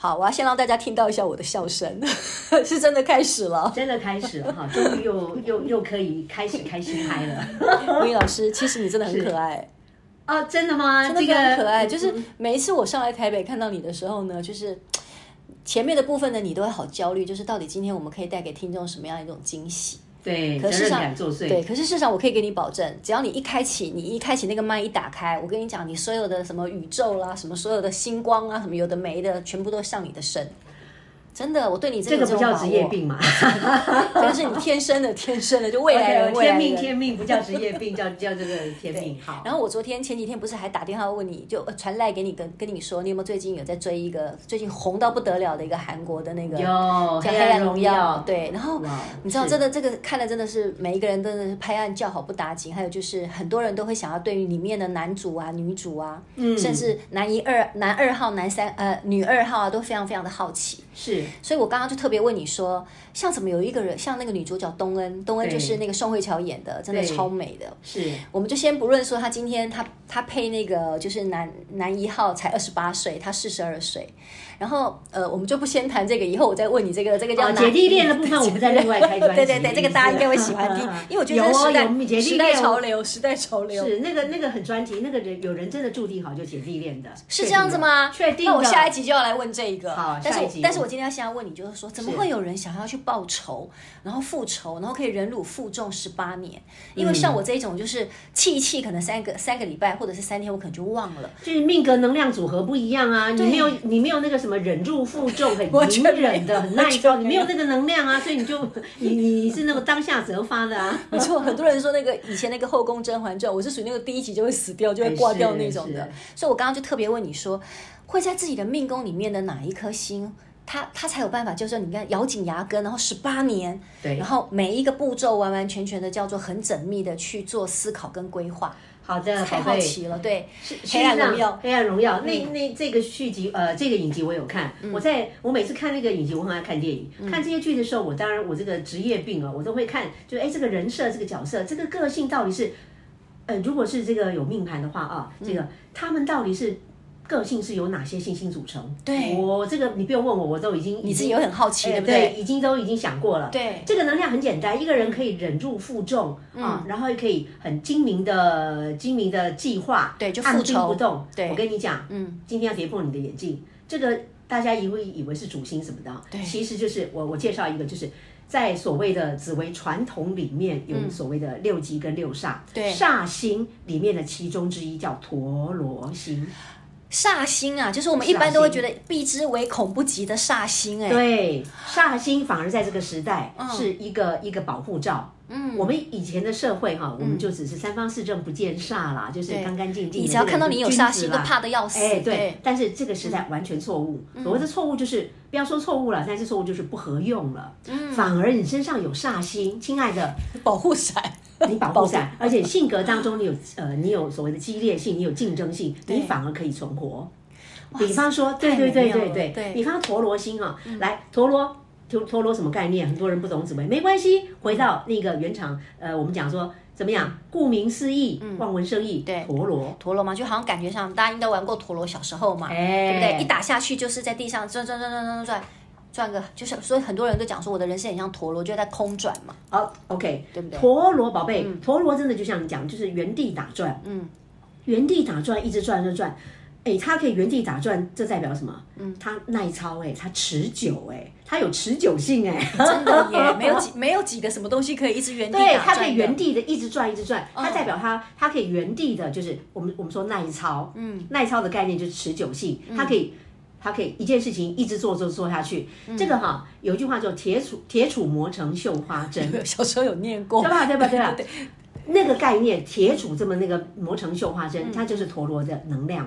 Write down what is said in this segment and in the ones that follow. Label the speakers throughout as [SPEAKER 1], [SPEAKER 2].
[SPEAKER 1] 好，我要先让大家听到一下我的笑声， 是真的开始了。
[SPEAKER 2] 真的开始了哈，终于又又又可以开始开心 嗨了
[SPEAKER 1] 吴英老师，其实你真的很可爱，
[SPEAKER 2] 啊！真的吗？
[SPEAKER 1] 真的非常可爱。
[SPEAKER 2] 嗯
[SPEAKER 1] 就是每一次我上来台北看到你的时候呢，就是前面的部分呢，你都会好焦虑，就是到底今天我们可以带给听众什么样一种惊喜？
[SPEAKER 2] 对
[SPEAKER 1] 可
[SPEAKER 2] 责
[SPEAKER 1] 是事实
[SPEAKER 2] 任
[SPEAKER 1] 上
[SPEAKER 2] 感作祟，
[SPEAKER 1] 对，可是事实上我可以给你保证，只要你一开启，你一开启那个麦一打开，我跟你讲，你所有的什么宇宙啦，什么所有的星光啊，什么有的没的，全部都上你的身。真的，我对你真
[SPEAKER 2] 这
[SPEAKER 1] 的
[SPEAKER 2] 个不
[SPEAKER 1] 有
[SPEAKER 2] 叫
[SPEAKER 1] 把
[SPEAKER 2] 职业
[SPEAKER 1] 握，
[SPEAKER 2] 病嘛？
[SPEAKER 1] 真的是你天生的，天生的，就未来人，
[SPEAKER 2] OK，
[SPEAKER 1] 未来
[SPEAKER 2] 天
[SPEAKER 1] 人
[SPEAKER 2] 命天命不叫职业病，叫叫这个天命。好，
[SPEAKER 1] 然后我昨天前几天不是还打电话问你，就呃传赖给你跟跟你说，你有没有最近有在追一个最近红到不得了的一个韩国的那个叫《
[SPEAKER 2] 有
[SPEAKER 1] 黑暗荣耀》？，对，然后
[SPEAKER 2] 哇，
[SPEAKER 1] 你知道，
[SPEAKER 2] 是
[SPEAKER 1] 真的这个看了真的是每一个人真的是拍案叫好不打紧，还有就是很多人都会想要对于里面的男主啊、女主啊，甚至男一二、啊男二号、男三呃女二号啊，都非常非常的好奇。
[SPEAKER 2] 是
[SPEAKER 1] 所以我刚刚就特别问你说，像怎么有一个人，像那个女主角东恩，东恩
[SPEAKER 2] 对
[SPEAKER 1] 就是那个宋慧乔演的，真的
[SPEAKER 2] 对
[SPEAKER 1] 超美的。
[SPEAKER 2] 是，
[SPEAKER 1] 我们就先不论说他今天他他配那个就是男男一号才二十八岁，他四十二岁，然后呃我们就不先谈这个，以后我再问你这个这个叫
[SPEAKER 2] 哦，
[SPEAKER 1] 哪
[SPEAKER 2] 姐弟恋的部分 我们再另外开专辑。
[SPEAKER 1] 啊对对对，这个大家应该会喜欢 听，因为我觉得这是时代、
[SPEAKER 2] 嗯有哦有姐弟
[SPEAKER 1] 时代
[SPEAKER 2] 恋
[SPEAKER 1] 潮流，时代潮流
[SPEAKER 2] 是那个那个很专题，那个人有人真的注定好就姐弟恋的，
[SPEAKER 1] 是这样子吗？
[SPEAKER 2] 确定的。
[SPEAKER 1] 那我下一
[SPEAKER 2] 集
[SPEAKER 1] 集就要来问这个。
[SPEAKER 2] 好
[SPEAKER 1] 但是
[SPEAKER 2] 下一
[SPEAKER 1] 我
[SPEAKER 2] 集
[SPEAKER 1] 但是我今天要先要问你，就是说，怎么
[SPEAKER 2] 是
[SPEAKER 1] 会有人想要去报仇，然后复仇，然后可以忍辱负重十八年？因
[SPEAKER 2] 嗯
[SPEAKER 1] 为像我这一种，就是气一气，可能三个三个礼拜或者是三天，我可能就忘了。
[SPEAKER 2] 就是命格能量组合不一样啊，你没有你没有那个什么忍住负重很
[SPEAKER 1] 完
[SPEAKER 2] 隐
[SPEAKER 1] 全没有
[SPEAKER 2] 忍的很耐
[SPEAKER 1] 完全没有
[SPEAKER 2] 重，你没有那个能量啊，所以你就 你你你是那个当下折发的啊。
[SPEAKER 1] 没错，很多人说那个以前那个《后宫甄嬛传》，我是属于那个第一集就会死掉、就会挂掉那种的
[SPEAKER 2] 哎。
[SPEAKER 1] 所以我刚刚就特别问你说，会在自己的命宫里面的哪一颗星，他他才有办法，就是说你看咬紧牙根，然后十八年，
[SPEAKER 2] 对
[SPEAKER 1] 然，后每一个步骤完完全全的叫做很缜密的去做思考跟规划，
[SPEAKER 2] 好的，
[SPEAKER 1] 太
[SPEAKER 2] 宝
[SPEAKER 1] 好
[SPEAKER 2] 贝。
[SPEAKER 1] 奇了，对，
[SPEAKER 2] 是
[SPEAKER 1] 黑暗荣耀，嗯
[SPEAKER 2] 黑暗荣耀。那那这个续集，呃，这个影集我有看。我在我每次看那个影集，我很爱看电影。
[SPEAKER 1] 嗯
[SPEAKER 2] 看这些剧的时候，我当然我这个职业病哦，我都会看，就是哎，这个人设、这个角色、这个个性到底是，呃，如果是这个有命盘的话啊，这
[SPEAKER 1] 嗯
[SPEAKER 2] 个他们到底是。个性是由哪些星星组成？
[SPEAKER 1] 对
[SPEAKER 2] 我这个你不用问我，我都已经
[SPEAKER 1] 你自己也很好奇，
[SPEAKER 2] 哎
[SPEAKER 1] 对不对？
[SPEAKER 2] 已经都已经想过了。
[SPEAKER 1] 对嗯
[SPEAKER 2] 这个能量很简单，一个人可以忍住负重、啊，然后也可以很精明的、精明的计划，
[SPEAKER 1] 对就复
[SPEAKER 2] 按兵
[SPEAKER 1] 仇
[SPEAKER 2] 不动。
[SPEAKER 1] 对
[SPEAKER 2] 我跟你讲，嗯，今天要跌破你的眼镜，这个大家以为以为是主星什么的，对，其实就是我我介绍一个就是。在所谓的紫微传统里面，有所谓的六级跟六煞，
[SPEAKER 1] 嗯对
[SPEAKER 2] 煞星里面的其中之一叫陀螺星，
[SPEAKER 1] 煞星啊，就是我们一般都会觉得避之唯恐不及的煞星、哎，
[SPEAKER 2] 对，煞星反而在这个时代
[SPEAKER 1] 嗯
[SPEAKER 2] 是一个、一个保护罩。嗯，我们以前的社会
[SPEAKER 1] 嗯
[SPEAKER 2] 哈，我们就只是三方四正不见煞啦，就是干干净净的。
[SPEAKER 1] 你只要看到你有煞星，
[SPEAKER 2] 这个
[SPEAKER 1] 都
[SPEAKER 2] 人是君子啦
[SPEAKER 1] 怕的嗯要死，
[SPEAKER 2] 哎，对，但是这个时代完全错误。所谓的错误就是，不要说错误了，但是错误就是不合用了。
[SPEAKER 1] 嗯
[SPEAKER 2] 反而你身上有煞星，亲爱的，
[SPEAKER 1] 保护伞，
[SPEAKER 2] 你保护伞，而且性格当中你有呃，你有所谓的激烈性，你有竞争性，你反而可以存活。比方说，对对对
[SPEAKER 1] 太美
[SPEAKER 2] 对
[SPEAKER 1] 妙
[SPEAKER 2] 对
[SPEAKER 1] 了对嗯
[SPEAKER 2] 比方陀螺星啊、来陀螺。陀陀螺什么概念？很多人不懂紫薇，没关系。回到那个原厂，呃，我们讲说怎么样？顾名思义，望文生义，
[SPEAKER 1] 嗯对
[SPEAKER 2] 陀螺，
[SPEAKER 1] 陀螺嘛，就好像感觉上大家应该玩过陀螺，小时候嘛，对不
[SPEAKER 2] 哎
[SPEAKER 1] 对？一打下去就是在地上转转转转转转转个，就是所以很多人都讲说我的人生很像陀螺，就在空转嘛，
[SPEAKER 2] 哦，OK，
[SPEAKER 1] 对不对
[SPEAKER 2] 陀螺宝贝，陀螺真的就像你讲，就是原地打转，嗯，原地打转，一直转转转。哎，它可以原地打转，这代表什么？嗯，它耐操哎、它持久哎、它有持久性哎、
[SPEAKER 1] 真 的耶，没有几没有几个什么东西可以一直原地打
[SPEAKER 2] 对，
[SPEAKER 1] 转的
[SPEAKER 2] 它可以原地的一直转一直转，它代表它它可以原地的，就是我们我们说耐操，嗯，耐操的概念就是持久性，它可以。它可以一件事情一直做做做下去，这个哈有一句话叫铁杵铁杵磨成绣花针，
[SPEAKER 1] 小时候有念过
[SPEAKER 2] 对吧？对吧？ 对吧？嗯那个概念，铁杵这么那个磨成绣花针，它就是陀螺的能量。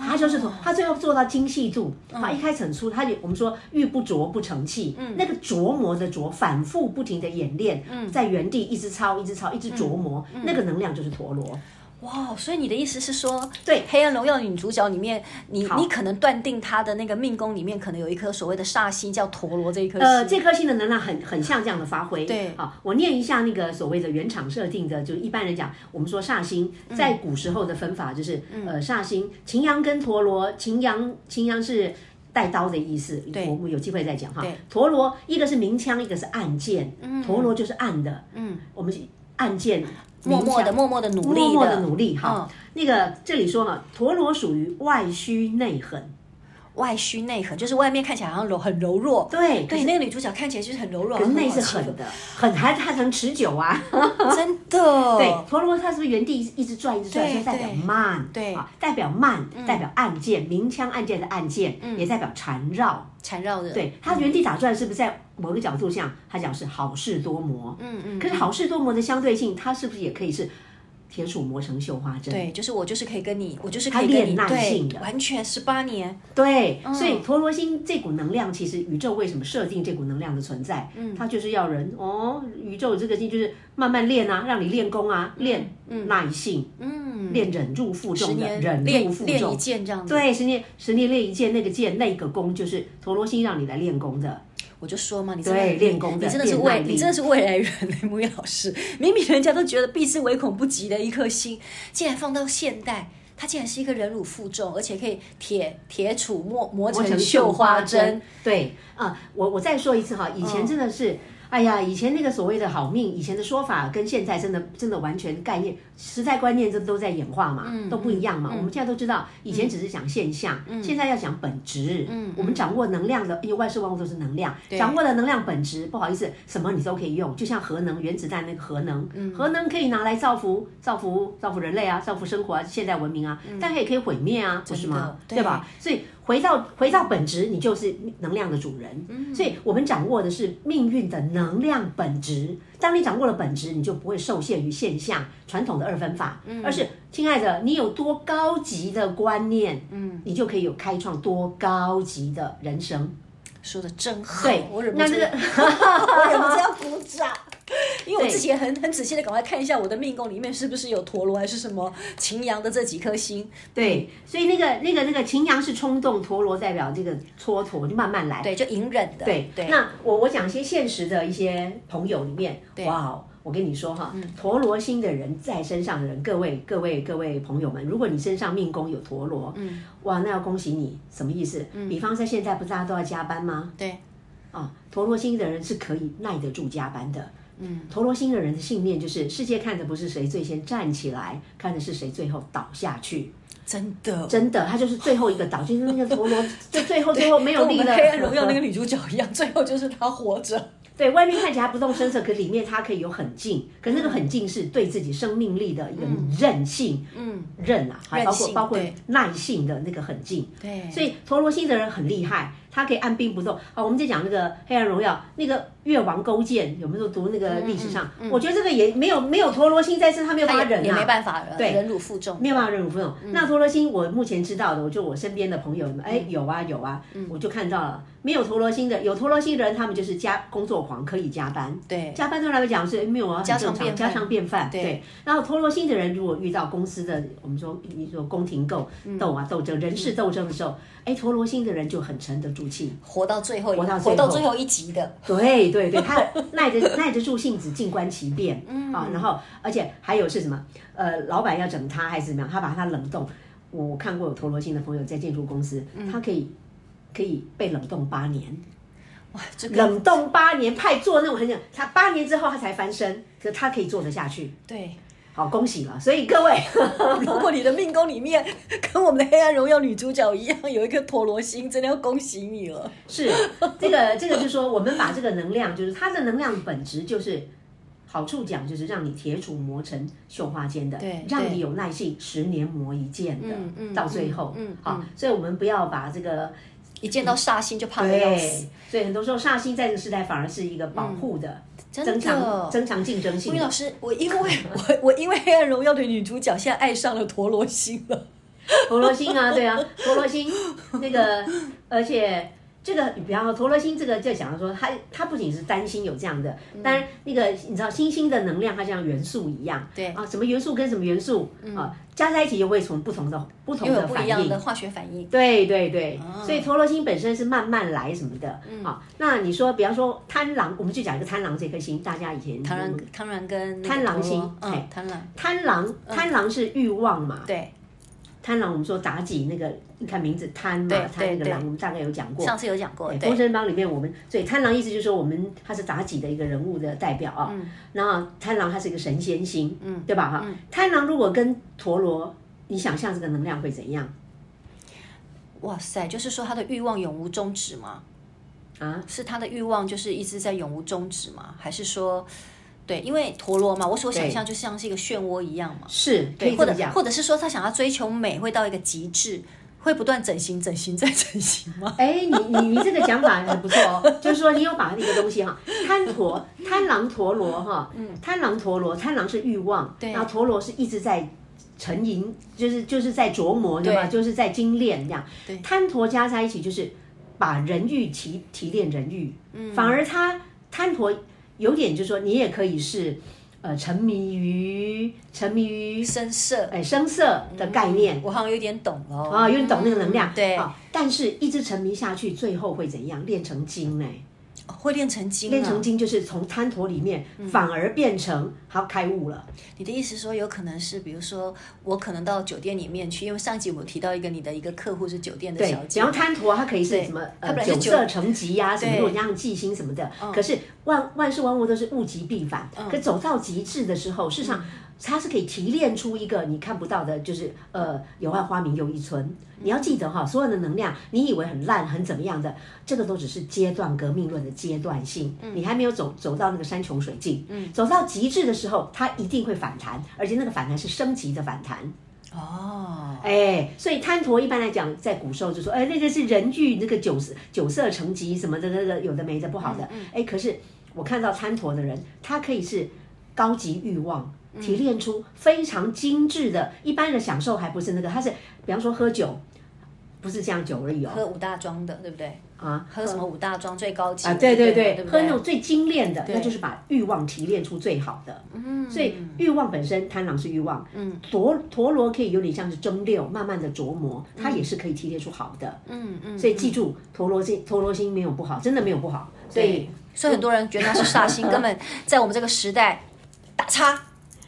[SPEAKER 2] 他就是从他最后做到精细度，他一开始很粗，他也我们说玉不琢不成器，那个琢磨的琢，反复不停的演练，在原地一直抄一直抄一直琢磨，那个能量就是陀螺。
[SPEAKER 1] 哇，所以你的意思是说，
[SPEAKER 2] 对
[SPEAKER 1] 《黑暗荣耀》女主角里面，你你可能断定她的那个命宫里面可能有一颗所谓的煞星，叫陀螺这一颗星。
[SPEAKER 2] 呃，这颗星的能量很很像这样的发挥。
[SPEAKER 1] 对
[SPEAKER 2] 好，我念一下那个所谓的原厂设定的，就是一般人讲，我们说煞星，
[SPEAKER 1] 嗯
[SPEAKER 2] 在古时候的分法就是，呃，煞星擎羊跟陀螺，擎羊擎羊是。带刀的意思，我们有机会再讲哈
[SPEAKER 1] 对。嗯
[SPEAKER 2] 陀螺一个是明枪，一个是暗箭，陀螺就是暗的，嗯，我们暗箭，
[SPEAKER 1] 默默
[SPEAKER 2] 明
[SPEAKER 1] 的、
[SPEAKER 2] 枪
[SPEAKER 1] 默默的努力
[SPEAKER 2] 默默的努力哈
[SPEAKER 1] 嗯。
[SPEAKER 2] 那个这里说哈，陀螺属于外虚内狠，
[SPEAKER 1] 外虚内狠，就是外面看起来好像柔很柔弱，
[SPEAKER 2] 对，可
[SPEAKER 1] 对，
[SPEAKER 2] 是
[SPEAKER 1] 那个女主角看起来就是很柔弱，
[SPEAKER 2] 可是内
[SPEAKER 1] 好
[SPEAKER 2] 是
[SPEAKER 1] 欺负
[SPEAKER 2] 狠的，狠还它能持久啊。
[SPEAKER 1] 真的，
[SPEAKER 2] 对，陀螺它是不是原地一直转一直转，
[SPEAKER 1] 哦对
[SPEAKER 2] 所以代表
[SPEAKER 1] 对
[SPEAKER 2] 慢，
[SPEAKER 1] 对嗯
[SPEAKER 2] 啊，代表慢，代表按键，鸣枪按键的按键，也代表缠绕。
[SPEAKER 1] 缠绕着，
[SPEAKER 2] 对，它原地打转是不是在某个角度上，它讲是好事多磨？嗯嗯。可是好事多磨的相对性，它是不是也可以是铁杵磨成绣花针？
[SPEAKER 1] 对，就是我就是可以跟你，我就是
[SPEAKER 2] 她
[SPEAKER 1] 可以跟
[SPEAKER 2] 练
[SPEAKER 1] 你
[SPEAKER 2] 耐性
[SPEAKER 1] 对，
[SPEAKER 2] 的
[SPEAKER 1] 完全十八年，
[SPEAKER 2] 对，哎所
[SPEAKER 1] 嗯
[SPEAKER 2] 以陀螺星这股能量，其实宇宙为什么设定这股能量的存在？
[SPEAKER 1] 嗯
[SPEAKER 2] 它就是要人哦，宇宙这个星就是慢慢练啊，让你练功啊，练耐性，嗯，练忍辱负
[SPEAKER 1] 嗯十
[SPEAKER 2] 重的，
[SPEAKER 1] 年
[SPEAKER 2] 忍
[SPEAKER 1] 练
[SPEAKER 2] 辱负
[SPEAKER 1] 练一
[SPEAKER 2] 重。
[SPEAKER 1] 件这样子。
[SPEAKER 2] 对，十年十年练一件，那个剑那个功就是陀螺星让你来练功的。
[SPEAKER 1] 我就说嘛，你真的
[SPEAKER 2] 对练功的
[SPEAKER 1] 你真的是
[SPEAKER 2] 练耐
[SPEAKER 1] 未，
[SPEAKER 2] 力
[SPEAKER 1] 你真的是未来人 雷木叶老师，明明人家都觉得避之唯恐不及的一颗心，竟然放到现代。它竟然是一个忍辱负重，而且可以铁铁杵磨磨
[SPEAKER 2] 磨
[SPEAKER 1] 成绣花针，。嗯
[SPEAKER 2] 对啊、我我再说一次哈，以前真的是。哎呀，以前那个所谓的好命，以前的说法跟现在真的真的完全概念、时代观念，这都在演化嘛，
[SPEAKER 1] 嗯
[SPEAKER 2] 都不一样嘛。我们现在都知道，以前只是讲现象，现在要讲本质。
[SPEAKER 1] 嗯
[SPEAKER 2] 我们掌握能量的，因哎为万事万物都是能量，掌握了能量本质，不好意思，什么你都可以用。就像核能、原子弹那个核能，
[SPEAKER 1] 嗯
[SPEAKER 2] 核能可以拿来造福、造福、造福人类啊，造福生活啊，现代文明啊，但也可以毁灭啊，不是吗？
[SPEAKER 1] 嗯真的
[SPEAKER 2] 对吧？所以回到回到本质，你就是能量的主人。
[SPEAKER 1] 嗯
[SPEAKER 2] 所以我们掌握的是命运的能量本质。当你掌握了本质，你就不会受限于现象传统的二分法，
[SPEAKER 1] 嗯
[SPEAKER 2] 而是亲爱的，你有多高级的观念，嗯，你就可以有开创多高级的人生。
[SPEAKER 1] 说的真好
[SPEAKER 2] 对，
[SPEAKER 1] 哦我忍不
[SPEAKER 2] 那
[SPEAKER 1] 住，
[SPEAKER 2] 这个
[SPEAKER 1] 我忍不住要鼓 掌，因为我
[SPEAKER 2] 对
[SPEAKER 1] 自己也很 很仔细的赶快看一下我的命宫里面是不是有陀螺还是什么擎羊的这几颗星，
[SPEAKER 2] 对，所以那个那个那个擎羊是冲动，陀螺代表这个蹉跎，就慢慢来。
[SPEAKER 1] 对，就隐忍的，
[SPEAKER 2] 对
[SPEAKER 1] 对，
[SPEAKER 2] 那我我讲一些现实的一些朋友里面，哇哦，我跟你说哈，陀螺星的人在身上的人，各位各位各位朋友们，如果你身上命宫有陀螺，嗯，哇，那要恭喜你，什么意思？比方在现在不是大家都要加班吗？
[SPEAKER 1] 对，
[SPEAKER 2] 啊，陀螺星的人是可以耐得住加班的。嗯，陀螺星的人的信念就是，世界看的不是谁最先站起来，看的是谁最后倒下去。
[SPEAKER 1] 真的，
[SPEAKER 2] 真的，他就是最后一个倒，就是那个陀螺， 就最后最后没有
[SPEAKER 1] 跟我
[SPEAKER 2] 力
[SPEAKER 1] 们
[SPEAKER 2] 了。
[SPEAKER 1] 黑暗荣耀那个女主角一样，最后就是她活着。
[SPEAKER 2] 对外面看起来不动声色，可里面它可以有狠劲，可是那个狠劲是对自己生命力的一个韧性，嗯，韧啊，
[SPEAKER 1] 韧
[SPEAKER 2] 还包括
[SPEAKER 1] 性
[SPEAKER 2] 包括
[SPEAKER 1] 对
[SPEAKER 2] 耐性的那个狠劲。
[SPEAKER 1] 对
[SPEAKER 2] 所以陀螺星的人很厉害，他可以按兵不动。啊，我们在讲那个《黑暗荣耀》，那个越王勾践，有没有读那个历史上？
[SPEAKER 1] 嗯
[SPEAKER 2] 我觉得这个也没有没有陀螺星在身，他没有办法忍啊，
[SPEAKER 1] 也没办法了，
[SPEAKER 2] 对
[SPEAKER 1] 忍辱负重，
[SPEAKER 2] 没有办法忍辱负重。
[SPEAKER 1] 嗯
[SPEAKER 2] 那陀螺星，我目前知道的，我就我身边的朋友们，哎，有啊有啊，
[SPEAKER 1] 嗯
[SPEAKER 2] 我就看到了。没有陀螺星的，有陀螺星的人，他们就是加工作狂，可以加班。
[SPEAKER 1] 对
[SPEAKER 2] 加班对他们来讲是哎没有啊，很
[SPEAKER 1] 家常
[SPEAKER 2] 正常
[SPEAKER 1] 便
[SPEAKER 2] 家
[SPEAKER 1] 饭
[SPEAKER 2] 常便饭。
[SPEAKER 1] 对
[SPEAKER 2] 对，然后陀螺星的人，如果遇到公司的我们说你说宫廷斗
[SPEAKER 1] 嗯
[SPEAKER 2] 斗啊斗争、人事斗争的时候，哎，陀螺星的人就很沉得住气。
[SPEAKER 1] 活到最后一，
[SPEAKER 2] 活到最后
[SPEAKER 1] 活到最后一集的，
[SPEAKER 2] 对对对，他耐得耐得住性子，静观其变。啊，然后而且还有是什么？呃，老板要整他还是怎么样？他把他冷冻。我看过有陀螺星的朋友在建筑公司，他可以可以被冷冻八年，
[SPEAKER 1] 哇，这个
[SPEAKER 2] 冷冻八年派做那种很想他八年之后他才翻身，可他可以做得下去。
[SPEAKER 1] 对。
[SPEAKER 2] 好，恭喜了！所以各位，
[SPEAKER 1] 如果你的命宫里面跟我们的黑暗荣耀女主角一样有一颗陀螺星，真的要恭喜你了。
[SPEAKER 2] 是这个这个，就是说我们把这个能量，就是它的能量本质就是。好处讲就是让你铁杵磨成绣花针的，
[SPEAKER 1] 对
[SPEAKER 2] 让
[SPEAKER 1] 对
[SPEAKER 2] 你有耐性，十年磨一剑的，
[SPEAKER 1] 嗯嗯
[SPEAKER 2] 到最后，
[SPEAKER 1] 嗯嗯
[SPEAKER 2] 好，所以我们不要把这个
[SPEAKER 1] 一见到煞星就怕的要死，，
[SPEAKER 2] 所以很多时候煞星在这个时代反而是一个保护的，
[SPEAKER 1] 嗯
[SPEAKER 2] 增
[SPEAKER 1] 真
[SPEAKER 2] 强
[SPEAKER 1] 的。
[SPEAKER 2] 增强竞争性
[SPEAKER 1] 魏
[SPEAKER 2] 的
[SPEAKER 1] 老，师，我因为我我因为黑暗荣耀的女主角现在爱上了陀螺星了，
[SPEAKER 2] 陀螺星啊，对啊，陀螺星那个，而且这个你不要陀螺星这个就想要说，它它不仅是单星有这样的，
[SPEAKER 1] 嗯
[SPEAKER 2] 当然那个你知道星星的能量它像元素一样，
[SPEAKER 1] 对嗯
[SPEAKER 2] 啊，什么元素跟什么元素啊加在一起又会从不同的不同
[SPEAKER 1] 又有
[SPEAKER 2] 的
[SPEAKER 1] 不
[SPEAKER 2] 反
[SPEAKER 1] 一样的
[SPEAKER 2] 应。
[SPEAKER 1] 化学反应。
[SPEAKER 2] 对对对，
[SPEAKER 1] 哦
[SPEAKER 2] 所以陀螺星本身是慢慢来什么的，
[SPEAKER 1] 嗯
[SPEAKER 2] 啊，那你说，比方说贪狼，我们就讲一个贪狼这颗星，大家以前
[SPEAKER 1] 当然，当然跟那个
[SPEAKER 2] 贪狼
[SPEAKER 1] 陀螺
[SPEAKER 2] 星
[SPEAKER 1] 嗯
[SPEAKER 2] 哎，
[SPEAKER 1] 贪狼，
[SPEAKER 2] 贪狼，贪狼是欲望嘛，
[SPEAKER 1] 嗯对，
[SPEAKER 2] 贪狼，我们说妲己那个，你看名字贪嘛
[SPEAKER 1] 对，
[SPEAKER 2] 贪那
[SPEAKER 1] 对
[SPEAKER 2] 个
[SPEAKER 1] 对
[SPEAKER 2] 狼，我们大概有讲过。
[SPEAKER 1] 上次有讲过，
[SPEAKER 2] 对，《
[SPEAKER 1] 对
[SPEAKER 2] 封，神榜》里面我们，所以贪狼意思就是说我们他是妲己的一个人物的代表啊。
[SPEAKER 1] 嗯
[SPEAKER 2] 然后贪狼他是一个神仙星，嗯，对吧？哈、贪狼如果跟陀螺，你想象这个能量会怎样
[SPEAKER 1] 哇塞，就是说他的欲望永无终止吗？
[SPEAKER 2] 啊？
[SPEAKER 1] 是他的欲望就是一直在永无终止吗？还是说，对，因为陀螺嘛，我所想象就像是一个漩涡一样嘛，
[SPEAKER 2] 是，可以
[SPEAKER 1] 或
[SPEAKER 2] 这
[SPEAKER 1] 者
[SPEAKER 2] 么讲。
[SPEAKER 1] 或者是说他想要追求美，会到一个极致，会不断整形、整形 再整形吗？
[SPEAKER 2] 哎，你你你这个讲法很不错哦，就是说你有把那个东西哈，贪陀贪狼陀螺哈，贪狼陀螺，贪狼是欲望，
[SPEAKER 1] 嗯对
[SPEAKER 2] 然后陀螺是一直在沉吟，就是就是在琢磨，对吧？
[SPEAKER 1] 对
[SPEAKER 2] 就是在精炼这样
[SPEAKER 1] 对，
[SPEAKER 2] 贪陀加在一起就是把人欲提提炼人欲，
[SPEAKER 1] 嗯
[SPEAKER 2] 反而他贪陀有点就是说你也可以是呃沉迷于沉迷于
[SPEAKER 1] 深色，
[SPEAKER 2] 哎声色的概念，
[SPEAKER 1] 我好像有点懂了哦
[SPEAKER 2] 啊，因为你懂那个能量，
[SPEAKER 1] 嗯对，
[SPEAKER 2] 啊但是一直沉迷下去，最后会怎样？炼成精哎、
[SPEAKER 1] 哦会练成精、啊，
[SPEAKER 2] 炼成精就是从贪陀里面反而变成他开悟了，
[SPEAKER 1] 你的意思说，有可能是，比如说，我可能到酒店里面去，因为上集我有提到一个你的一个客户是酒店的
[SPEAKER 2] 对
[SPEAKER 1] 小，
[SPEAKER 2] 只
[SPEAKER 1] 姐
[SPEAKER 2] 要，贪陀，它可以是
[SPEAKER 1] 对
[SPEAKER 2] 什么
[SPEAKER 1] 它
[SPEAKER 2] 呃
[SPEAKER 1] 本来是
[SPEAKER 2] 酒
[SPEAKER 1] 酒
[SPEAKER 2] 色成疾呀、什么
[SPEAKER 1] 对嗯
[SPEAKER 2] 各种样忌星什么的，可是万万事万物都是物极必反，可走到极致的时候，
[SPEAKER 1] 嗯
[SPEAKER 2] 事实上。它是可以提炼出一个你看不到的，就是呃，柳暗花明又一
[SPEAKER 1] 嗯
[SPEAKER 2] 村。你要记得哈，所有的能量，你以为很烂很怎么样的，这个都只是阶段革命论的阶段性，
[SPEAKER 1] 嗯
[SPEAKER 2] 你还没有走走到那个山穷水尽。走到极致的时候，它一定会反弹，而且那个反弹是升级的反弹。
[SPEAKER 1] 哦，
[SPEAKER 2] 哎，所以贪陀一般来讲，在古时候就说，哎，那个是人欲，那个酒色酒色成疾什么的，那个有的没的不好的。哎，可是我看到贪陀的人，他可以是高级欲望。提炼出非常精致的，一般的享受还不是那个，他是比方说喝酒，不是这样酒而已哦，
[SPEAKER 1] 喝五大庄的，对不对？
[SPEAKER 2] 啊，
[SPEAKER 1] 喝什么五大庄最高级
[SPEAKER 2] 啊，
[SPEAKER 1] 的
[SPEAKER 2] 对对
[SPEAKER 1] 对
[SPEAKER 2] 对，
[SPEAKER 1] 不
[SPEAKER 2] 喝
[SPEAKER 1] 对嗯
[SPEAKER 2] 那种最精炼的，
[SPEAKER 1] 对
[SPEAKER 2] 那就是把欲望提炼出最好的。嗯，所以欲望本身，贪婪是欲望。嗯，陀陀螺可以有点像是蒸馏，慢慢的琢磨，它也是可以提炼出好的。嗯嗯，所以记住，陀螺星陀螺星没有不好，真的没有不好。所以
[SPEAKER 1] 对，所以很多人觉得它是煞 星，根本在我们这个时代打叉，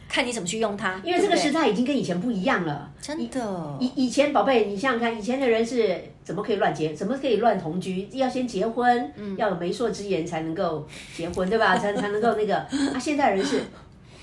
[SPEAKER 1] 看你怎么去用它，
[SPEAKER 2] 因为这
[SPEAKER 1] 对不
[SPEAKER 2] 个
[SPEAKER 1] 对
[SPEAKER 2] 时代已经跟以前不一样了。
[SPEAKER 1] 真的
[SPEAKER 2] 以以前，宝贝，你想想看，以前的人是怎么可以乱结，怎么可以乱同居？要先结婚，
[SPEAKER 1] 嗯
[SPEAKER 2] 要有媒妁之言才能够结婚，对吧？才才能够那个。啊，现在人是，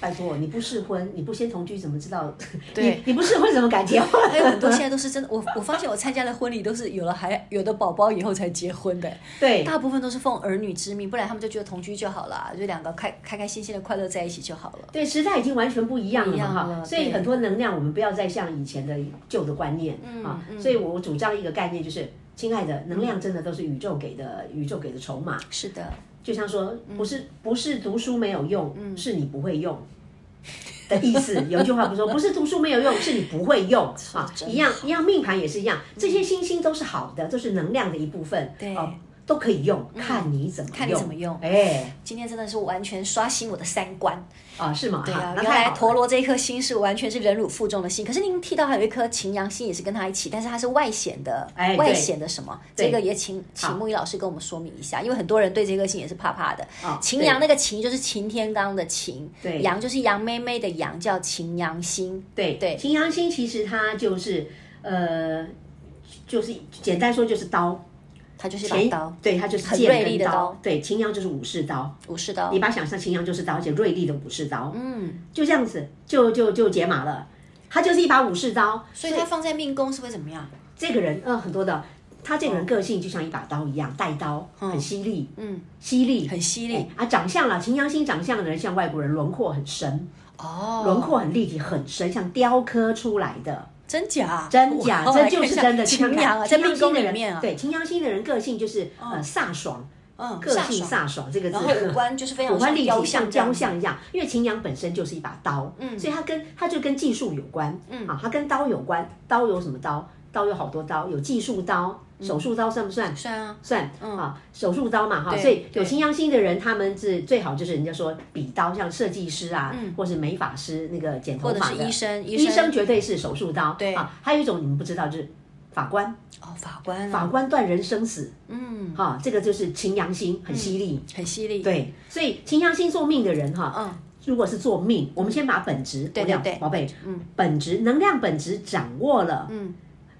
[SPEAKER 2] 拜托，你不试婚，你不先同居，怎么知道？
[SPEAKER 1] 对
[SPEAKER 2] 你你不试婚怎么敢结婚？
[SPEAKER 1] 还有很 多现在都是真的，我我发现我参加的婚礼都是有了孩有的宝宝以后才结婚的，
[SPEAKER 2] 对
[SPEAKER 1] 大部分都是奉儿女之命，不然他们就觉得同居就好了，就两个开开开心心的快乐在一起就好了。
[SPEAKER 2] 对，时代已经完全不一样了
[SPEAKER 1] 不一
[SPEAKER 2] 嘛
[SPEAKER 1] 样了
[SPEAKER 2] 哈，
[SPEAKER 1] 对
[SPEAKER 2] 所以很多能量我们不要再像以前的旧的观念
[SPEAKER 1] 嗯
[SPEAKER 2] 啊。所以我主张一个概念就是，亲爱的，能量真的都是宇宙给的，宇宙给的筹码。
[SPEAKER 1] 是的，
[SPEAKER 2] 就像说，
[SPEAKER 1] 嗯
[SPEAKER 2] 不是不是读书没有用，是你不会用的意思。有一句话不是说，不是读书没有用，是你不会 用啊。
[SPEAKER 1] 真嗯
[SPEAKER 2] 一样一样，命盘也是一样，这些星星都是好的，都是能量的一部分，
[SPEAKER 1] 对嗯
[SPEAKER 2] 啊，都可以用，看你怎么用，
[SPEAKER 1] 看你怎么用
[SPEAKER 2] 哎，
[SPEAKER 1] 今天真的是完全刷新我的三观。
[SPEAKER 2] 啊，是吗？对
[SPEAKER 1] 对啊，
[SPEAKER 2] 那
[SPEAKER 1] 原
[SPEAKER 2] 太
[SPEAKER 1] 来
[SPEAKER 2] 好了
[SPEAKER 1] 陀螺这一颗星是完全是忍辱负重的星，可是您提到还有一颗擎羊星也是跟它一起，但是它是外显的，
[SPEAKER 2] 哎对
[SPEAKER 1] 外显的什么？
[SPEAKER 2] 对
[SPEAKER 1] 这个也请请木易老师跟我们说明一下，因为很多人对这颗星也是怕怕的。
[SPEAKER 2] 啊
[SPEAKER 1] 擎
[SPEAKER 2] 对
[SPEAKER 1] 羊那个擎就是擎天刚的擎，
[SPEAKER 2] 对
[SPEAKER 1] 羊就是羊妹妹的羊，叫擎羊星。
[SPEAKER 2] 对
[SPEAKER 1] 对
[SPEAKER 2] 擎羊星其实它就是呃，就是简单说就是刀，
[SPEAKER 1] 它就是一
[SPEAKER 2] 前
[SPEAKER 1] 把刀，
[SPEAKER 2] 对，它就是
[SPEAKER 1] 很
[SPEAKER 2] 剑
[SPEAKER 1] 锐
[SPEAKER 2] 跟
[SPEAKER 1] 利的
[SPEAKER 2] 刀
[SPEAKER 1] 刀，
[SPEAKER 2] 对，擎羊就是武士刀。
[SPEAKER 1] 武士刀
[SPEAKER 2] 你。把它想象擎羊就是刀，而且锐利的武士刀，
[SPEAKER 1] 嗯，
[SPEAKER 2] 就这样子就就就解码了。它就是一把武士刀，
[SPEAKER 1] 所以它放在命宫是会怎么样？
[SPEAKER 2] 这个人呃很多的，他这个
[SPEAKER 1] 哦
[SPEAKER 2] 人个性就像一把刀一样，带刀，很犀利，嗯，犀利，
[SPEAKER 1] 很犀利
[SPEAKER 2] 哎啊。长相啦，秦阳星长相的人像外国人，轮廓很深，
[SPEAKER 1] 哦，
[SPEAKER 2] 啊轮廓很立体，很深，像雕刻出来的。
[SPEAKER 1] 真假？
[SPEAKER 2] 真 假，
[SPEAKER 1] 哇
[SPEAKER 2] 这就是真的。去看
[SPEAKER 1] 擎
[SPEAKER 2] 看
[SPEAKER 1] 羊啊，在
[SPEAKER 2] 擎
[SPEAKER 1] 命
[SPEAKER 2] 星
[SPEAKER 1] 宫
[SPEAKER 2] 的
[SPEAKER 1] 里
[SPEAKER 2] 人
[SPEAKER 1] 面啊，
[SPEAKER 2] 对，秦阳星的人个性就是呃飒爽，
[SPEAKER 1] 嗯
[SPEAKER 2] 个性
[SPEAKER 1] 飒
[SPEAKER 2] 飒爽这个字
[SPEAKER 1] 然。后五官就是非常
[SPEAKER 2] 五 官立
[SPEAKER 1] 雕
[SPEAKER 2] 体像
[SPEAKER 1] 像
[SPEAKER 2] 雕，像一样，因为秦阳本身就是一把刀，嗯，所以它跟它就跟技术有关，嗯，啊，它跟刀有关，刀有什么刀？刀有好多刀，有技术刀、
[SPEAKER 1] 嗯
[SPEAKER 2] 手术刀算不算？
[SPEAKER 1] 算啊，
[SPEAKER 2] 算啊，手术刀嘛哈，
[SPEAKER 1] 对
[SPEAKER 2] 所以有
[SPEAKER 1] 对
[SPEAKER 2] 秦阳心的人，他们是最好就是人家说比刀，像设计师啊，或是美发师那个剪
[SPEAKER 1] 嗯
[SPEAKER 2] 头
[SPEAKER 1] 或者
[SPEAKER 2] 发
[SPEAKER 1] 是
[SPEAKER 2] 的
[SPEAKER 1] 医生，
[SPEAKER 2] 医生绝对是手术刀，
[SPEAKER 1] 对
[SPEAKER 2] 啊，还有一种你们不知道就是法官，
[SPEAKER 1] 哦，法官啊，
[SPEAKER 2] 法官断人生死，
[SPEAKER 1] 嗯，
[SPEAKER 2] 哈、这个就是秦阳心，很犀利。
[SPEAKER 1] 很犀利，，
[SPEAKER 2] 对，所以秦阳心做命的人哈，
[SPEAKER 1] 嗯
[SPEAKER 2] 如果是做命，我们先把本质，
[SPEAKER 1] 对
[SPEAKER 2] 我讲
[SPEAKER 1] 对对嗯
[SPEAKER 2] 宝贝，本质能量本质掌握了，嗯，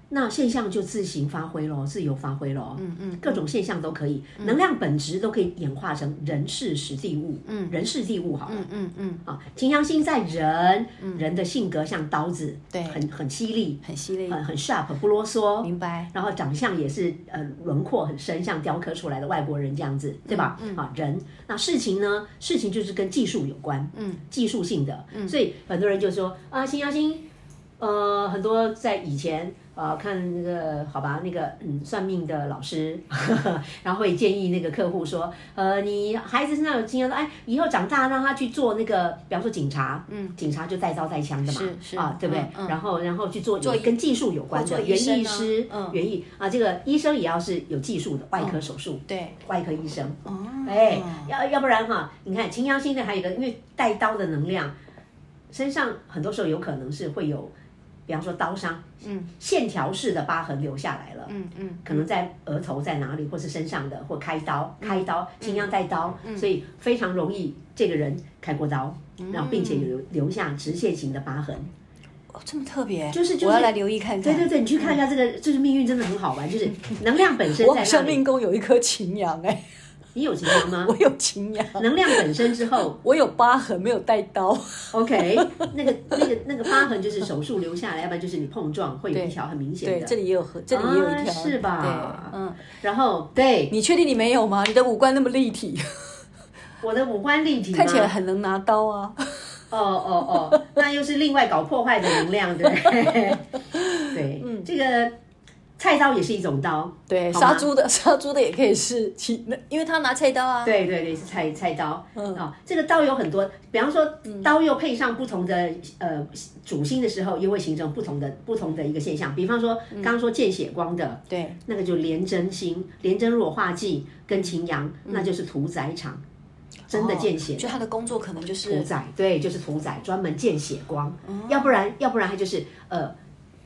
[SPEAKER 2] 那现象就自行发挥喽，自由发挥喽，嗯嗯，各种现象都可以，
[SPEAKER 1] 嗯
[SPEAKER 2] 能量本质都可以演化成人事实地物，嗯，人事地物好了，
[SPEAKER 1] 嗯嗯，
[SPEAKER 2] 啊，秦阳心在人，人的性格像刀子，
[SPEAKER 1] 对
[SPEAKER 2] 很很犀利，
[SPEAKER 1] 很犀利，
[SPEAKER 2] 很很 sharp，不啰嗦，
[SPEAKER 1] 明白，
[SPEAKER 2] 然后长相也是呃轮廓很深，像雕刻出来的外国人这样子，对吧？
[SPEAKER 1] 嗯
[SPEAKER 2] 啊，人那事情呢？事情就是跟技术有关，嗯，技术性的，
[SPEAKER 1] 嗯
[SPEAKER 2] 所以很多人就说啊，辛耀星，呃，很多在以前。呃，看那个好吧，那个嗯，算命的老师， 然后会建议那个客户说，呃，你孩子身上有经验，哎，以后长大让他去做那个，比方说警察，嗯，警察就带刀带枪的嘛，
[SPEAKER 1] 是是
[SPEAKER 2] 啊，对不对？
[SPEAKER 1] 嗯嗯
[SPEAKER 2] 然后然后去做有跟技术有关
[SPEAKER 1] 或
[SPEAKER 2] 的，
[SPEAKER 1] 做医
[SPEAKER 2] 园
[SPEAKER 1] 生
[SPEAKER 2] 艺
[SPEAKER 1] 啊
[SPEAKER 2] 师，
[SPEAKER 1] 嗯哦
[SPEAKER 2] 园艺啊，这个医生也要是有技术的，外科手术，
[SPEAKER 1] 对，
[SPEAKER 2] 外科医生，
[SPEAKER 1] 哦，
[SPEAKER 2] 哎，要要不然哈，你看秦阳星的还有一个，因为带刀的能量，身上很多时候有可能是会有，比方说刀伤，嗯，线条式的疤痕留下来了，
[SPEAKER 1] 嗯嗯，
[SPEAKER 2] 可能在额头在哪里，或是身上的，或开刀，
[SPEAKER 1] 嗯
[SPEAKER 2] 开刀，秦阳带刀，所以非常容易这个人开过刀，
[SPEAKER 1] 嗯
[SPEAKER 2] 然后并且有留留下直线型的疤痕，
[SPEAKER 1] 哦，这么特别，
[SPEAKER 2] 就是就是
[SPEAKER 1] 我要来留意看看，
[SPEAKER 2] 对对对，你去看一下这个，就是命运真的很好玩，就是能量本身
[SPEAKER 1] 嗯我
[SPEAKER 2] 在
[SPEAKER 1] 好
[SPEAKER 2] 那
[SPEAKER 1] 像
[SPEAKER 2] 里。
[SPEAKER 1] 命宫有一颗擎羊哎，
[SPEAKER 2] 你有情况吗
[SPEAKER 1] 我？有擎羊，
[SPEAKER 2] 能量本身之 后
[SPEAKER 1] 我有疤痕，没有带 刀，
[SPEAKER 2] ，OK，那个那个那个疤痕就是手术留下来，要不然就是你碰撞会有一条很明显
[SPEAKER 1] 对，
[SPEAKER 2] 的。
[SPEAKER 1] 这里也有和，这里也有一条，
[SPEAKER 2] 啊是吧
[SPEAKER 1] 对，嗯，
[SPEAKER 2] 然后对
[SPEAKER 1] 你确定你没有吗？你的五官那么立 体，
[SPEAKER 2] 我的五官立体吗
[SPEAKER 1] 看起来很能拿刀啊，
[SPEAKER 2] 哦哦哦， 那又是另外搞破坏的 能量，对不对？ 对，嗯，这个菜刀也是一种刀，
[SPEAKER 1] 对，
[SPEAKER 2] 好吗
[SPEAKER 1] 杀猪的 杀猪的也可以是其，因为他拿菜刀啊，
[SPEAKER 2] 对对对，是菜菜刀。嗯，哦，这个刀有很多，比方说
[SPEAKER 1] 嗯
[SPEAKER 2] 刀又配上不同的呃主星的时候，又会形成不同的不同的一个现象。比方说，刚刚说见血光的，
[SPEAKER 1] 嗯对，
[SPEAKER 2] 那个就廉贞星，廉贞如果化忌跟秦阳，那就是屠宰场，真的见
[SPEAKER 1] 嗯
[SPEAKER 2] 血
[SPEAKER 1] 哦就他的工作可能就
[SPEAKER 2] 屠
[SPEAKER 1] 是
[SPEAKER 2] 宰，对，就是屠宰，专门见血光，要不然要不然他就是呃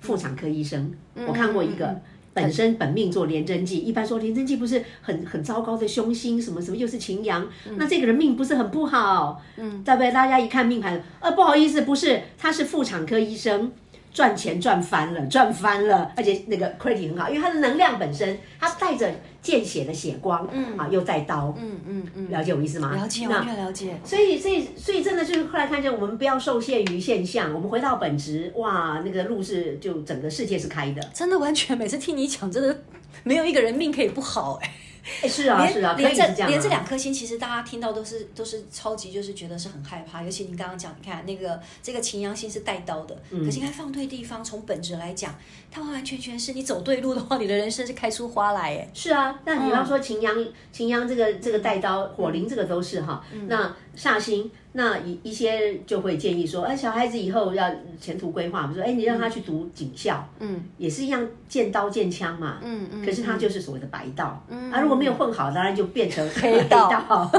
[SPEAKER 2] 妇产科医生，我看过一个。本身本命做廉贞记，一般说廉贞记不是很很糟糕的凶星，什么什么又是秦阳，那这个人命不是很不好，嗯，对不对？大家一看命盘，呃，不好意思，不是，他是妇产科医生，赚钱赚翻了，赚翻了，而且那个 credit 很好，因为他的能量本身，他带着见血的血光，嗯啊，又带刀，
[SPEAKER 1] 嗯嗯嗯，
[SPEAKER 2] 了解我意思吗？
[SPEAKER 1] 了解，
[SPEAKER 2] 那
[SPEAKER 1] 完全了解，
[SPEAKER 2] 所以，所以，所以，真的是后来看见，我们不要受限于现象，我们回到本质，哇，那个路是就整个世界是开的。
[SPEAKER 1] 真的完全每次听你讲，真的没有一个人命可以不好哎。
[SPEAKER 2] 哎，是啊，是啊，可以
[SPEAKER 1] 连
[SPEAKER 2] 是
[SPEAKER 1] 这
[SPEAKER 2] 这样、啊。
[SPEAKER 1] 连这两颗星，其实大家听到都是都是超级，就是觉得是很害怕。尤其您刚刚讲，你看那个这个秦阳星是带刀的，
[SPEAKER 2] 嗯
[SPEAKER 1] 可是你看放对地方，从本质来讲，它完完全全是你走对路的话，你的人生是开出花来哎。
[SPEAKER 2] 是啊，那比方说秦阳，秦阳这个这个带刀，火灵这个都是哈。那煞星，那一一些就会建议说，哎，小孩子以后要前途规划，比如说，哎，你让他去读警校，嗯，也是一样见刀见枪嘛，嗯嗯。可是他就是所谓的白道，嗯，啊，如果没有混好，当然就变成 黑
[SPEAKER 1] 道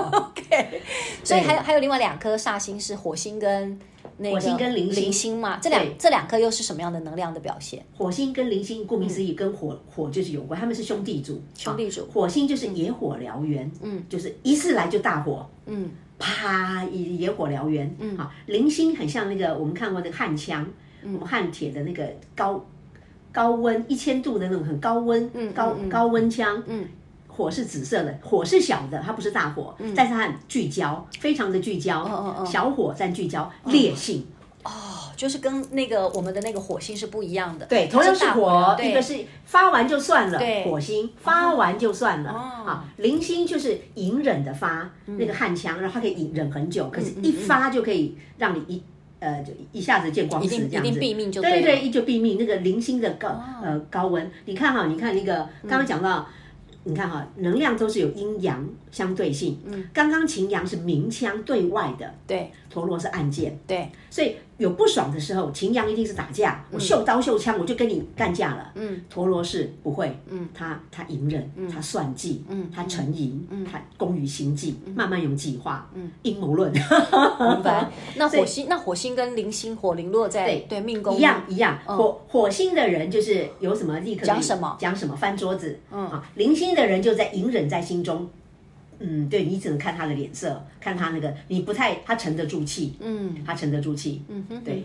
[SPEAKER 2] OK，
[SPEAKER 1] 所以还有还有另外两颗煞星是火星跟那个
[SPEAKER 2] 火星跟铃星
[SPEAKER 1] 铃星嘛，这两
[SPEAKER 2] 对
[SPEAKER 1] 这两颗又是什么样的能量的表现？
[SPEAKER 2] 火星跟零星，顾名思义，跟火火就是有关，他们是兄弟组。
[SPEAKER 1] 嗯兄弟组
[SPEAKER 2] 啊火星就是野火燎原，嗯，就是一次来就大火，
[SPEAKER 1] 嗯，
[SPEAKER 2] 啪，野野火燎原，嗯，好，零星很像那个我们看过那个焊枪，
[SPEAKER 1] 嗯
[SPEAKER 2] 我们焊铁的那个高高温一千度的那种很高温，嗯，高高温枪，嗯。火是紫色的，火是小的，它不是大火，但是它很聚焦，非常的聚焦，
[SPEAKER 1] 嗯哦哦
[SPEAKER 2] 小火但聚焦，烈性，
[SPEAKER 1] 哦，就是跟那个我们的那个火星是不一样的。
[SPEAKER 2] 对，同样是
[SPEAKER 1] 大
[SPEAKER 2] 火，
[SPEAKER 1] 对
[SPEAKER 2] 一个是发完就算了，
[SPEAKER 1] 对哦
[SPEAKER 2] 火星发完就算了啊。零星就是隐忍的发，
[SPEAKER 1] 嗯
[SPEAKER 2] 那个焊枪，然后它可以隐忍很久，可是一发就可以让你一。呃，就一下子见光死
[SPEAKER 1] 一定
[SPEAKER 2] 这样子，
[SPEAKER 1] 一定毙命就
[SPEAKER 2] 对
[SPEAKER 1] 对了哦嗯
[SPEAKER 2] 对，一就毙命。那个零星的高呃高温，你看哈，你看那个刚刚讲到你看哈、能量都是有阴阳相对性。嗯，刚刚擎羊是明枪对外的，
[SPEAKER 1] 对
[SPEAKER 2] 陀螺是暗箭，
[SPEAKER 1] 对，
[SPEAKER 2] 所以有不爽的时候，秦阳一定是打架，我秀刀秀枪，我就跟你干架了。嗯，陀螺是不会，嗯，他他隐忍，他算计，嗯，他沉吟，嗯，他工于心计，慢慢用计划，嗯，阴谋论，
[SPEAKER 1] 明白。嗯那火星，那火星跟零星火零落在对命宫
[SPEAKER 2] 一样一样。火火星的人就是有什么立刻
[SPEAKER 1] 讲什么
[SPEAKER 2] 嗯讲什么翻桌子，嗯啊，零星的人就在隐忍在心中。嗯，对你只能看他的脸色，看他那个，你不太他沉得住气，嗯，他沉得住气，嗯哼，对，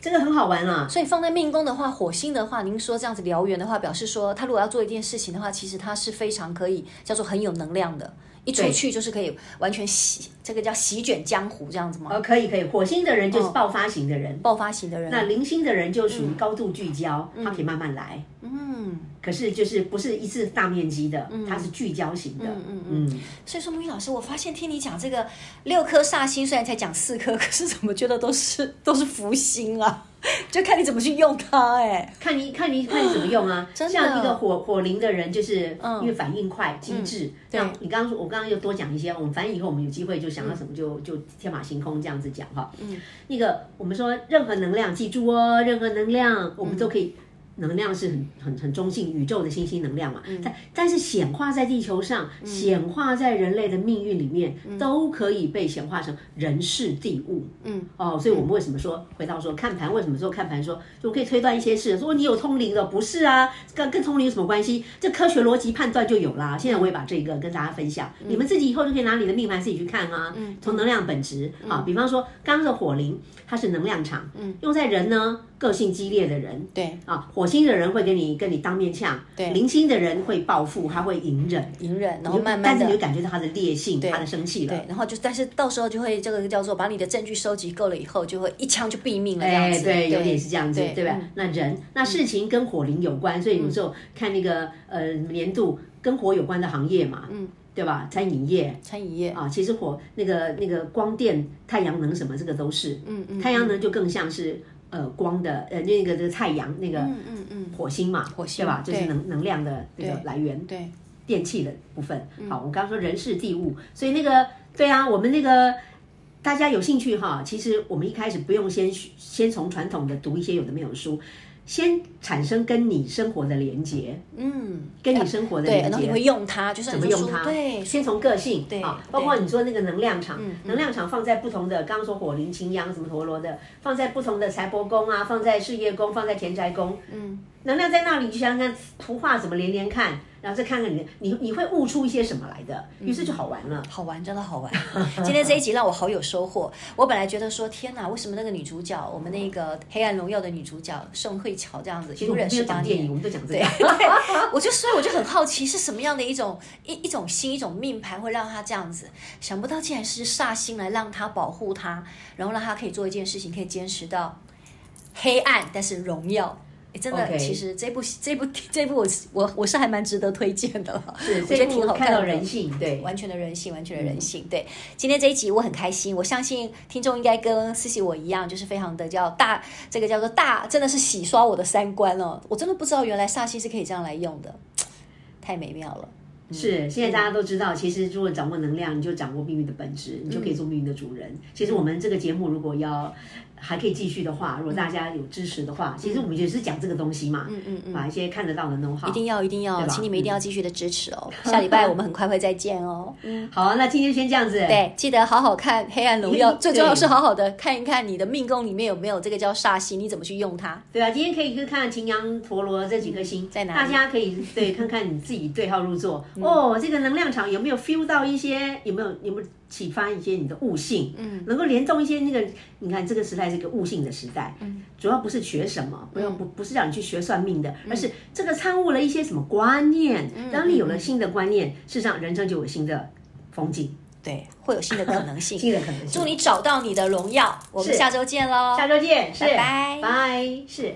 [SPEAKER 2] 这个很好玩啊，
[SPEAKER 1] 所以放在命宫的话，火星的话，您说这样子燎原的话，表示说他如果要做一件事情的话，其实他是非常可以叫做很有能量的，一出去就是可以完全席，这个叫席卷江湖这样子吗？
[SPEAKER 2] 哦，可以可以，火星的人就是爆发型的人，
[SPEAKER 1] 爆发型的人，
[SPEAKER 2] 那零星的人就属于高度聚焦，他可以慢慢来，
[SPEAKER 1] 嗯，
[SPEAKER 2] 可是就是不是一次大面积的，他是聚焦型的，嗯嗯，
[SPEAKER 1] 所以说木鱼老师，我发现听你讲这个六颗煞星，虽然才讲四颗，可是怎么觉得都是都是福星啊？就看你怎么去用它哎、
[SPEAKER 2] 看你看你看你怎么用啊，
[SPEAKER 1] 真的嗯
[SPEAKER 2] 像一个火火灵的人，就是因为反应快、机智。
[SPEAKER 1] 对
[SPEAKER 2] 那你刚刚说，我刚刚又多讲一些，我们反正以后我们有机会就想到
[SPEAKER 1] 嗯
[SPEAKER 2] 什么就、就天马行空这样子讲哈。嗯，那个我们说任何能量，记住哦，任何能量我
[SPEAKER 1] 嗯
[SPEAKER 2] 们都可以。能量是很很很中性，宇宙的星星能量
[SPEAKER 1] 嗯
[SPEAKER 2] 嘛，但但是显化在地球上，显化在人类的命运里面，
[SPEAKER 1] 嗯
[SPEAKER 2] 都可以被显化成人事地物。嗯，哦，所以我们为什么说回到说看盘，为什么说看盘说就可以推断一些事，说你有通灵的，不是啊，跟跟通灵有什么关系？这科学逻辑判断就有啦。现在我也把这个跟大家分享，
[SPEAKER 1] 嗯
[SPEAKER 2] 你们自己以后就可以拿你的命盘自己去看啊。从能量本质
[SPEAKER 1] 嗯
[SPEAKER 2] 啊，比方说刚刚的火灵，它是能量场，用在人呢，个性激烈的人，
[SPEAKER 1] 对
[SPEAKER 2] 啊，火星的人会跟你跟你当面呛，
[SPEAKER 1] 对
[SPEAKER 2] 零星的人会报复，他会隐忍，
[SPEAKER 1] 隐忍，然后慢慢
[SPEAKER 2] 但是
[SPEAKER 1] 的
[SPEAKER 2] 你就感觉到他的烈性，他的生气了
[SPEAKER 1] 对。，然后就但是到时候就会这个叫做把你的证据收集够了以后，就会一枪就毙命了这样
[SPEAKER 2] 哎，
[SPEAKER 1] 子。
[SPEAKER 2] 对，有点是这样子，对吧
[SPEAKER 1] 嗯？
[SPEAKER 2] 那人那事情跟火灵有关，所以有时候看那个呃年度跟火有关的行业嘛，嗯，对吧？餐饮业
[SPEAKER 1] 餐饮业，
[SPEAKER 2] 啊，其实火那个那个光电、太阳能什么，这个都是，嗯嗯，太阳能就更像是呃光的呃那个这个太阳那个
[SPEAKER 1] 嗯嗯，
[SPEAKER 2] 火星嘛，
[SPEAKER 1] 火星
[SPEAKER 2] 对吧？就是
[SPEAKER 1] 对
[SPEAKER 2] 能能量的这个来源。
[SPEAKER 1] 对，
[SPEAKER 2] 电器的部分。
[SPEAKER 1] 嗯
[SPEAKER 2] 好，我刚刚说人事地物，所以那个对啊，我们那个大家有兴趣哈，其实我们一开始不用先先从传统的读一些有的没有的书，先产生跟你生活的连接，
[SPEAKER 1] 嗯，
[SPEAKER 2] 跟你生活的
[SPEAKER 1] 对，
[SPEAKER 2] 连
[SPEAKER 1] 然后你
[SPEAKER 2] 接。
[SPEAKER 1] 会用它，就是
[SPEAKER 2] 怎
[SPEAKER 1] 你
[SPEAKER 2] 么
[SPEAKER 1] 就
[SPEAKER 2] 用
[SPEAKER 1] 说
[SPEAKER 2] 它？
[SPEAKER 1] 对，
[SPEAKER 2] 先从个性
[SPEAKER 1] 对
[SPEAKER 2] 啊，
[SPEAKER 1] 对嗯
[SPEAKER 2] 包括你说那个能量场，能量场放在不同的，刚刚说火灵、擎羊什么陀螺的，放在不同的财帛宫啊，放在事业宫，放在田宅宫，嗯，能量在那里，你想想看图画怎么连连看，然后再看看你的，你你会悟出一些什么来的，于是就好玩了。
[SPEAKER 1] 好玩，真的好玩。 今天这一集让我好有收获。我本来觉得说，天哪，为什么那个女主角，我们那个《黑暗荣耀》的女主角宋慧乔这样子，
[SPEAKER 2] 其实
[SPEAKER 1] 隐
[SPEAKER 2] 我们
[SPEAKER 1] 忍
[SPEAKER 2] 没
[SPEAKER 1] 十
[SPEAKER 2] 有
[SPEAKER 1] 八
[SPEAKER 2] 讲电影，
[SPEAKER 1] 年
[SPEAKER 2] 我？们就讲这
[SPEAKER 1] 对
[SPEAKER 2] 个。，
[SPEAKER 1] 对， 我就所以我就很好奇，是什么样的一种一一种星，一种命盘会让她这样子？想不到竟然是煞星来让她保护她，然后让她可以做一件事情，可以坚持到黑暗，但是荣耀。诶真的
[SPEAKER 2] OK
[SPEAKER 1] 其实这部这部这部我是我我是还蛮值得推荐的 了，
[SPEAKER 2] 是，
[SPEAKER 1] 我觉得挺好
[SPEAKER 2] 看到
[SPEAKER 1] 的
[SPEAKER 2] 人性，对，嗯
[SPEAKER 1] 完全的人性，完全的人性。对，今天这一集我很开心，我相信听众应该跟思琪我一样，就是非常的叫大，这个叫做大，真的是洗刷我的三观哦。我真的不知道原来煞星是可以这样来用的，太美妙了。
[SPEAKER 2] 是，现在大家都知道，其实如果掌握能量，你就掌握命运的本质，你就可以做命运的主人。
[SPEAKER 1] 嗯
[SPEAKER 2] 其实我们这个节目如果要还可以继续的话，如果大家有支持的
[SPEAKER 1] 嗯
[SPEAKER 2] 话，其实我们也是讲这个东西嘛，嗯嗯嗯，把一些看得到的 know how。
[SPEAKER 1] 一定要一定要，
[SPEAKER 2] 对吧嗯
[SPEAKER 1] 请你们一定要继续的支持哦。下礼拜我们很快会再见 哦。
[SPEAKER 2] 好啊，那今天先这样子。
[SPEAKER 1] 对，记得好好看《黑暗荣 耀》，
[SPEAKER 2] 对
[SPEAKER 1] 最重要是好好的看一看你的命宫里面有没有这个叫煞星，你怎么去用它。
[SPEAKER 2] 对啊，今天可以去看擎羊、陀螺这几颗星
[SPEAKER 1] 嗯在哪
[SPEAKER 2] 大
[SPEAKER 1] 里嗯
[SPEAKER 2] 家可以对看看你自己对号入座、哦。这个能量场有没有 feel 到一些？有没有有没有启发一些你的悟性？嗯，能够联动一些那个，你看这个时代是一个悟性的时代，嗯，主要不是学什么，不
[SPEAKER 1] 嗯
[SPEAKER 2] 用不不是让你去学算命的，而是这个参悟了一些什么观念。
[SPEAKER 1] 嗯
[SPEAKER 2] 当你有了新的观念，事实上人生就有新的风景，
[SPEAKER 1] 对，会有新的可能 性。
[SPEAKER 2] 新的可能性。
[SPEAKER 1] 祝你找到你的荣耀，我们
[SPEAKER 2] 是
[SPEAKER 1] 下周见喽，
[SPEAKER 2] 下周见，是
[SPEAKER 1] 拜拜
[SPEAKER 2] 拜是。